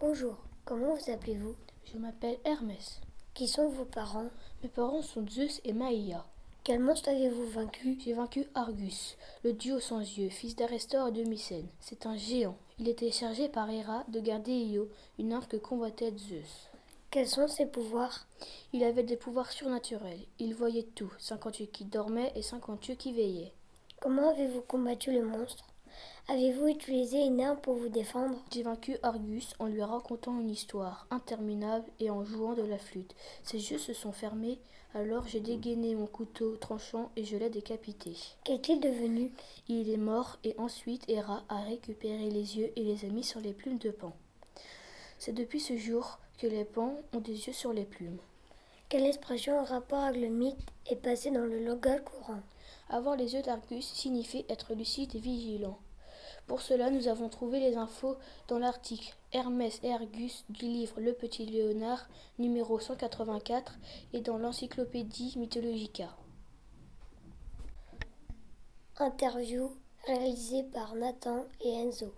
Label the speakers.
Speaker 1: Bonjour, comment vous appelez-vous
Speaker 2: Je m'appelle Hermès.
Speaker 1: Qui sont vos parents
Speaker 2: Mes parents sont Zeus et Maïa.
Speaker 1: Quel monstre avez-vous vaincu
Speaker 2: J'ai vaincu Argus, le dieu sans yeux, fils d'Arestor et de Mycène. C'est un géant. Il était chargé par Héra de garder Io, une nymphe que convoitait Zeus.
Speaker 1: Quels sont ses pouvoirs
Speaker 2: Il avait des pouvoirs surnaturels. Il voyait tout, 50 yeux qui dormaient et 50 yeux qui veillaient.
Speaker 1: Comment avez-vous combattu le monstre Avez-vous utilisé une arme pour vous défendre
Speaker 2: J'ai vaincu Argus en lui racontant une histoire interminable et en jouant de la flûte. Ses yeux se sont fermés, alors j'ai dégainé mon couteau tranchant et je l'ai décapité.
Speaker 1: Qu'est-il devenu
Speaker 2: Il est mort et ensuite Hera a récupéré les yeux et les a mis sur les plumes de Pan. C'est depuis ce jour que les Pans ont des yeux sur les plumes.
Speaker 1: Quelle expression en rapport avec le mythe est passée dans le langage courant
Speaker 2: Avoir les yeux d'Argus signifie être lucide et vigilant. Pour cela, nous avons trouvé les infos dans l'article Hermès et Argus du livre Le Petit Léonard, numéro 184, et dans l'encyclopédie Mythologica.
Speaker 1: Interview réalisée par Nathan et Enzo.